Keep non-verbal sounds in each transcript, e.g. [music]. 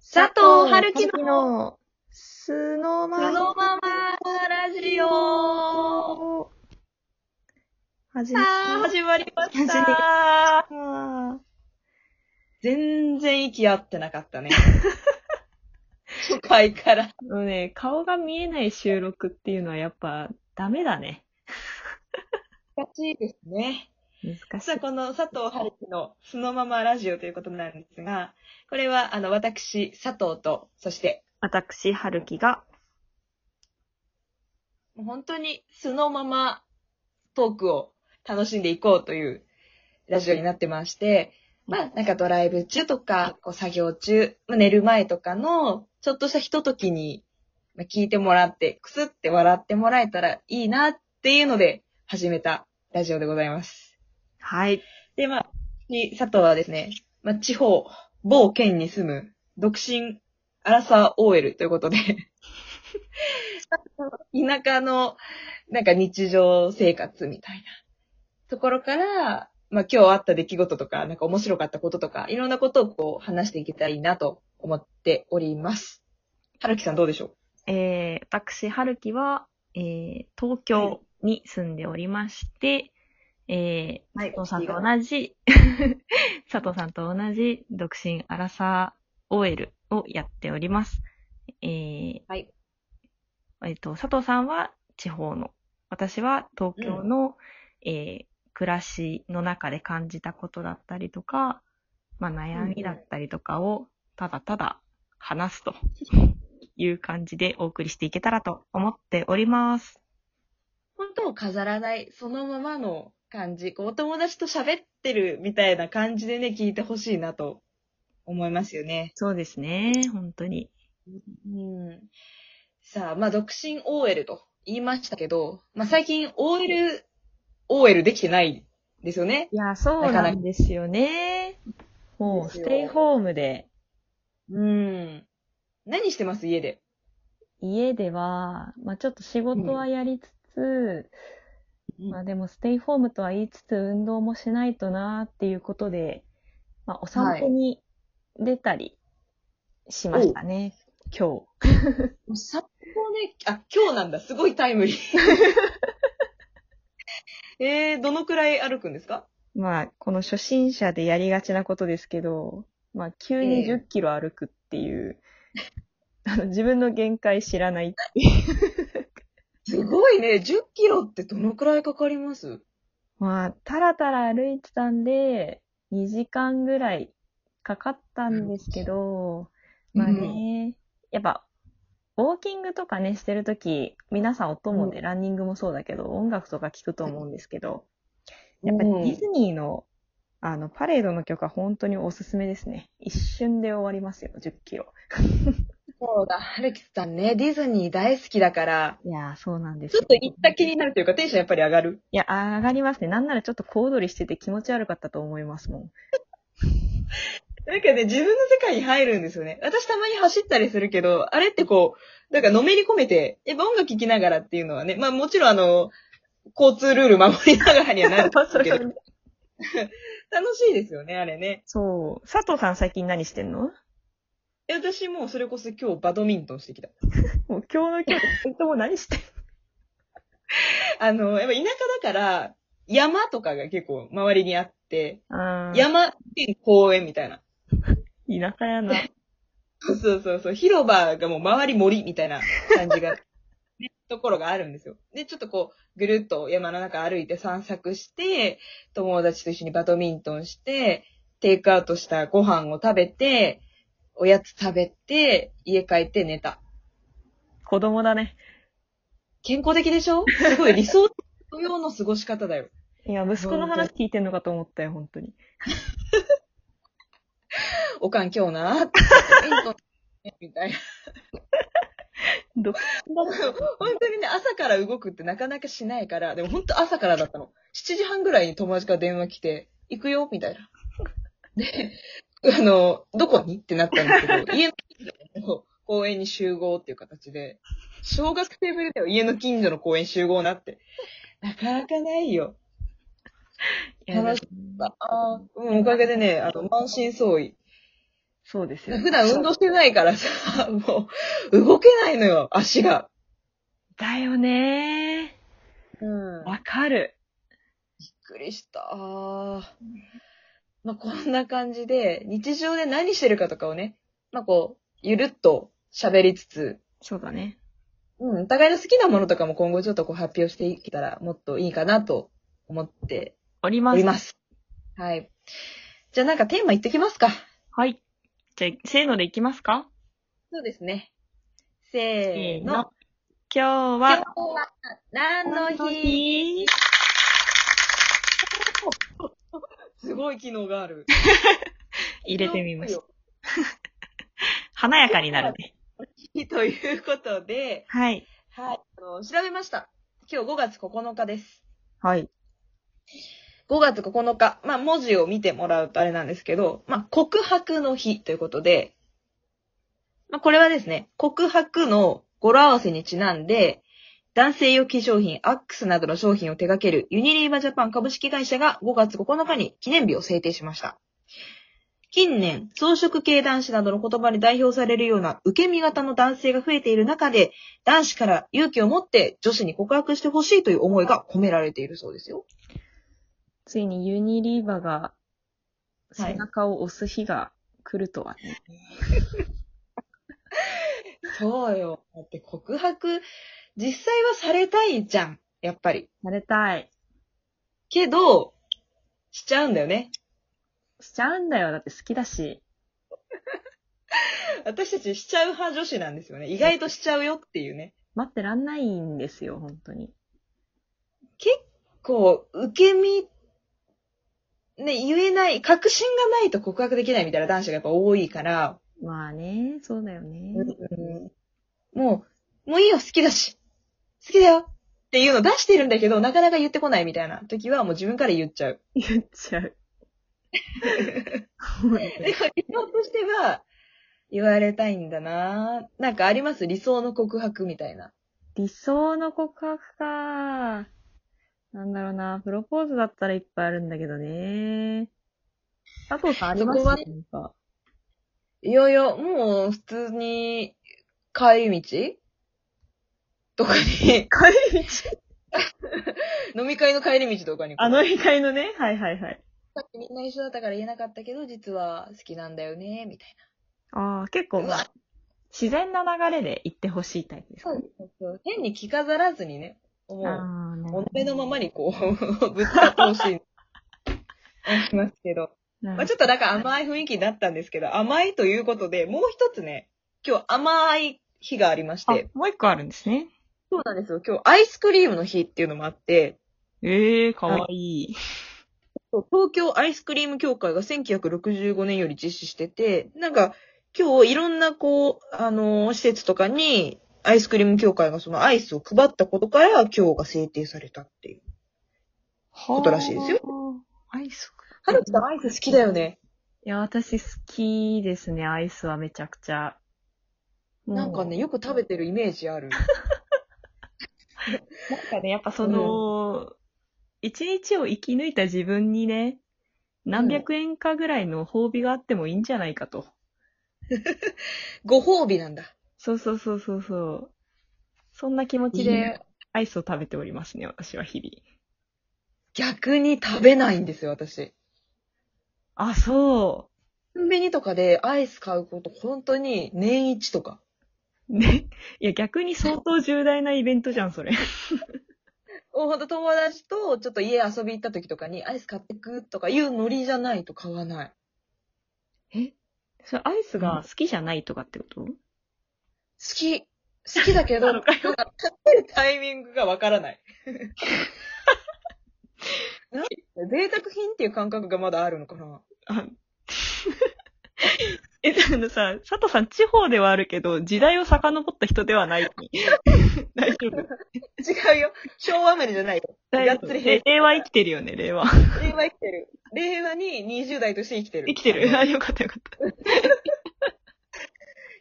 佐藤春樹ののスノースマンノママラジオさを始めあ、始まりまし始めたま [laughs] 全然息合ってなかった [laughs] ね。初回から。した。もうね、顔が見えない収録っていうのはやっぱダメだね。難しいですね。難しさあ、い。この佐藤春樹のスノママラジオということなんですが、これは、あの、私、佐藤と、そして、私、春樹が、もう本当に素のままトークを楽しんでいこうというラジオになってまして、まあなんかドライブ中とか、こう作業中、まあ、寝る前とかの、ちょっとしたひとときに、まあ、聞いてもらって、くすって笑ってもらえたらいいなっていうので始めたラジオでございます。はい。で、まあ、に佐藤はですね、まあ地方、某県に住む、独身、アラサー OL ということで、 [laughs] 田舎の、なんか日常生活みたいなところから、まあ今日あった出来事とか、なんか面白かったこととか、いろんなことをこう話していけたらいいなと思っております。はるきさんどうでしょうえー、私、春樹は、えー、東京に住んでおりまして、えー、はい佐藤さんと同じ、 [laughs] 佐藤さんと同じ独身アラサー OL をやっております。えー、はい。えっと、佐藤さんは地方の、私は東京の、えー暮らしの中で感じたことだったりとか、まあ悩みだったりとかをただただ話 [laughs] すという感じでお送りしていけたらと思っております。本当を飾らない、そのままの感じ、こうお友達と喋ってるみたいな感じでね、聞いてほしいなと思いますよね。そうですね、本当に。うん。さあ、まあ、独身 OL と言いましたけど、まあ、最近 OL、OL できてないですよね。いや、そうなんですよね。もう、ですスよテイホームで、うん。何してます家で。家では、まあちょっと仕事はやりつつ、まあでもステイホームとは言いつつ運動もしないとなーっていうことで、まあお散歩に出たりしましたね、今もう散歩ね、あ、今日なんだ。すごいタイ [laughs] ムリー。えー、どのくらい歩くんですか日。まあこの初心者でやりがちなことですけど、まあ急にええ10キロ歩くっていう、あの自分の限界知らないっていう。すごいね。10キロってどのくらいかかりますまあたらたら歩いてたんで、2時間ぐらいかかったんですけど、まあね、やっぱ、ウォーキングとかね、してるとき、皆さんお供で、ランニングもそうだけど、音楽とか聞くと思うんですけど、やっぱりデうんィズニーの、あの、パレードの曲は本当におすすめですね。一瞬で終わりますよ、10キロ。そうだ、はるきさんね、ディズニー大好きだから、いやー、そうなんですちよょっと行った気になるというか、テンションやっぱり上がる。いや、上がりますね。なんならちょっと小躍りしてて気持ち悪かったと思いますもん。なんかね、自分の世界に入るんですよね。私たまに走ったりするけど、あれってこう、なんかのめり込めて、やっぱ音楽聴きながらっていうのはね、まあもちろんあの、交通ルール守りながらにはな [laughs] る [laughs] そけれど、楽しいですよね、あれね。そう。佐藤さん最近何してんのえ私もうそれこそ今日バドミントンしてきた。もう今日の今日、本当もう何してんのあの、やっぱ田舎だから、山とかが結構周りにあって、あー山って公園みたいな。田舎やな。そうそうそう。広場がもう周り森みたいな感じが、 [laughs] ね、ところがあるんですよ。で、ちょっとこう、ぐるっと山の中歩いて散策して、友達と一緒にバドミントンして、テイクアウトしたご飯を食べて、おやつ食べて、家帰って寝た。子供だね。健康的でしょすごい理想のようの過ごし方だよ。いや、息子の話聞いてんのかと思ったよ、本当に。おかん今日なって。みたいな。ど本当にね、朝から動くってなかなかしないから、でも本当朝からだったの。7時半ぐらいに友達から電話来て、行くよみたいな。で、あの、どこにってなったんだけど、家の近所の公園に集合っていう形で、小学生ぶりだよ、家の近所の公園集合なって。なかなかないよ。いやあーうん、おかげでね、あの、満身創痍。そうですよ、ね。普段運動してないからさ、 [laughs] もう、動けないのよ、足が。だよねうん。ー。わかる。びっくりした。あーまあ、こんな感じで、日常で何してるかとかをね、まあ、こう、ゆるっと喋りつつ、そうだね。うん、お互いの好きなものとかも今後ちょっとこう発表していけたらもっといいかなと思っておりまおす。ります。はい。じゃあなんかテーマいってきますか。はい。じゃあ、せーのでいきますかそうですね。せーせーのの。今日今日は、は何の日日すごい機能がある。 [laughs] 入れてみました。華やかになるね。ということで、はい。はい、あの調べました。今日5月9日です。はい。 5月9日、まあ文字を見てもらうとあれなんですけど、まあ告白の日ということで、まあこれはですね、告白の語呂合わせにちなんで、男性用化粧品アックスなどの商品を手掛けるユニリーバジャパン株式会社が5月9日に記念日を制定しました。近年、装飾系男子などの言葉に代表されるような受け身型の男性が増えている中で、男子から勇気を持って女子に告白してほしいという思いが込められているそうですよ。ついにユニリーバがはい背中を押す日が来るとはね。そうよ。だって告白、実際はされたいじゃん。やっぱり。されたい。けど、しちゃうんだよね。しちゃうんだよ。だって好きだし。私たちしちゃう派女子なんですよね。意外としちゃうよっていうね。待ってらんないんですよ、本当に。こう、受け身、ね、言えない、確信がないと告白できないみたいな男子がやっぱ多いから、まあね、そうだよね。もう、もういいよ、好きだし。好きだよ。っていうの出してるんだけど、なかなか言ってこないみたいな時はもう自分から言っちゃう。言っちゃう。 [laughs] でも理想としては、言われたいんだなぁなんかあります理想の告白みたいな。理想の告白か。なんだろうな、プロポーズだったらいっぱいあるんだけどね。佐藤さんありますそこはなんか [laughs] いやいや、もう普通に、帰り道とかに、 [laughs] 帰り道飲み会の帰り道とかにこう。あの以外のね、はいはいはい。さっきみんな一緒だったから言えなかったけど、実は好きなんだよね、みたいああ、結構、な。まあ、自然な流れで行ってほしいタイプですか、ね。そうそう変に着飾らずにね、思あう。あ、なるほおどめのままにこう、 [laughs] ぶっ立ってほ [laughs] しい。思いますけど。なるまほあ、どちょっとなんか甘い雰囲気だったんですけど、甘いということで、もう一つね、今日甘い日がありましあて、もう一個あるんですね。そうなんですよ。今日アイスクリームの日っていうのもあって、ええかわいい。東京アイスクリーム協会が1965年より実施してて、なんか今日いろんなこう、あのー施設とかに、アイスクリーム協会がそのアイスを配ったことから今日が制定されたっていう。こことらしいですよ。アイスか。はるきさんアイス好きだよね。いや、私好きですね、アイスはめちゃくちゃ。もうなんかね、、よく食べてるイメージある。なんかね、やっぱその、一、日を生き抜いた自分にね、何百円かぐらいの褒美があってもいいんじゃないかと。ご褒美なんだ。そうそうそうそうそう。そんな気持ちいいねでアイスを食べておりますね、私は日々。逆に食べないんですよ、私。あ、そコンビニとかでアイス買うこと、本当に年一とか。う。ね。いや、逆に相当重大なイベントじゃん、それ。ほんと友達とちょっと家遊び行った時とかにアイス買ってくとかいうノリじゃないと買わない。それアイスが好きじゃないとかってこと、好き。好きだけど、ななんのかか食べる [laughs] タイミングがわからない。 [laughs] なんか贅沢品っていう感覚がまだあるのかなあ [laughs] え、あのさ、佐藤さん、地方ではあるけど、時代を遡った人ではない。 [laughs] 大丈夫。違うよ。昭和生まれじゃないよ。がっつりえ平令和生きてるよね、令和。令和生きてる。令和に20代として生きてる。生きてる。あ、よかったよかった。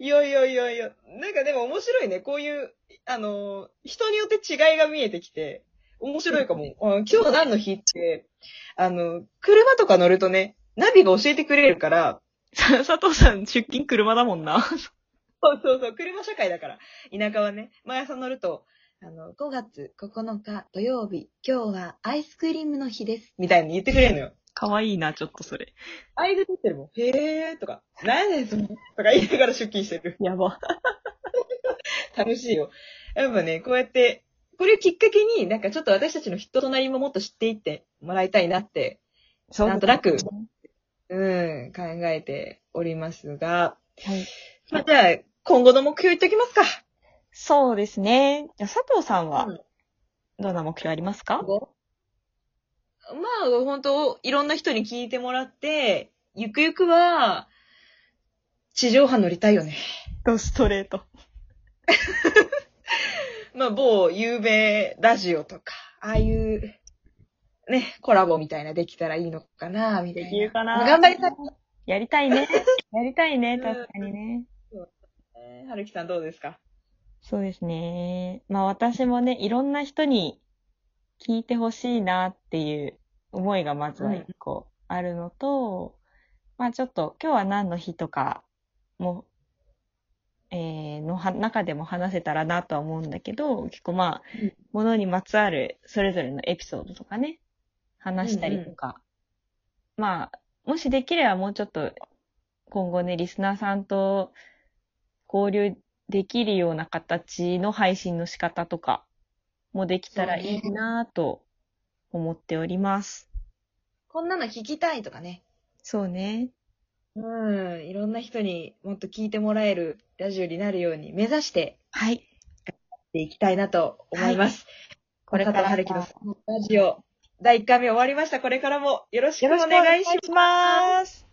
いやいやいやいや、なんかでも面白いね。こういう、あのー人によって違いが見えてきて、面白いかも。あ今日は何の日って、あの、車とか乗るとね、ナビが教えてくれるから、さ佐藤さん、出勤車だもんな。そうそうそう、車社会だから。田舎はね、毎朝乗ると、あの、5月9日土曜日、今日はアイスクリームの日です。みたいに言ってくれるのよ。かわいいな、ちょっとそれ。アイスってるもん。へーとか、何やねんそれとか言いながら出勤してる。やば。楽しいよ。やっぱね、こうやって、これをきっかけに、なんかちょっと私たちの人となりももっと知っていってもらいたいなって、そうななんんととななくく。うん、考えておりますが、はい。まあ、じゃあ、今後の目標言っておきますか。そうですね。じゃあ佐藤さんはうん、どんな目標ありますか、まあ、本当いろんな人に聞いてもらって、ゆくゆくは、地上波乗りたいよね。ドストレート。まあ、某有名ラジオとか、ああいう、ね、コラボみたいなできたらいいのかな、みたいな。できるかなまあ頑張りたい。やりたい [laughs] ね。やりたいね、うん確かにね。えーはるきさんどうですかそうですね。まあ私もね、いろんな人に聞いてほしいなっていう思いがまずは一個あるのと、まあちょっと今日は何の日とかも、えー、のは中でも話せたらなとは思うんだけど、結構まあうん、ものにまつわるそれぞれのエピソードとかね、話したりとか、まあ、もしできればもうちょっと今後ね、リスナーさんと交流できるような形の配信の仕方とかもできたらいいなぁと思っております。こんなの聞きたいとかね。そうね。うん、いろんな人にもっと聞いてもらえるラジオになるように目指してはい。いきたいなと思います。これか加藤ら春樹のラジオ、第1回目終わりました。これからもよろしよくおろしくお願願いいしますし。ます。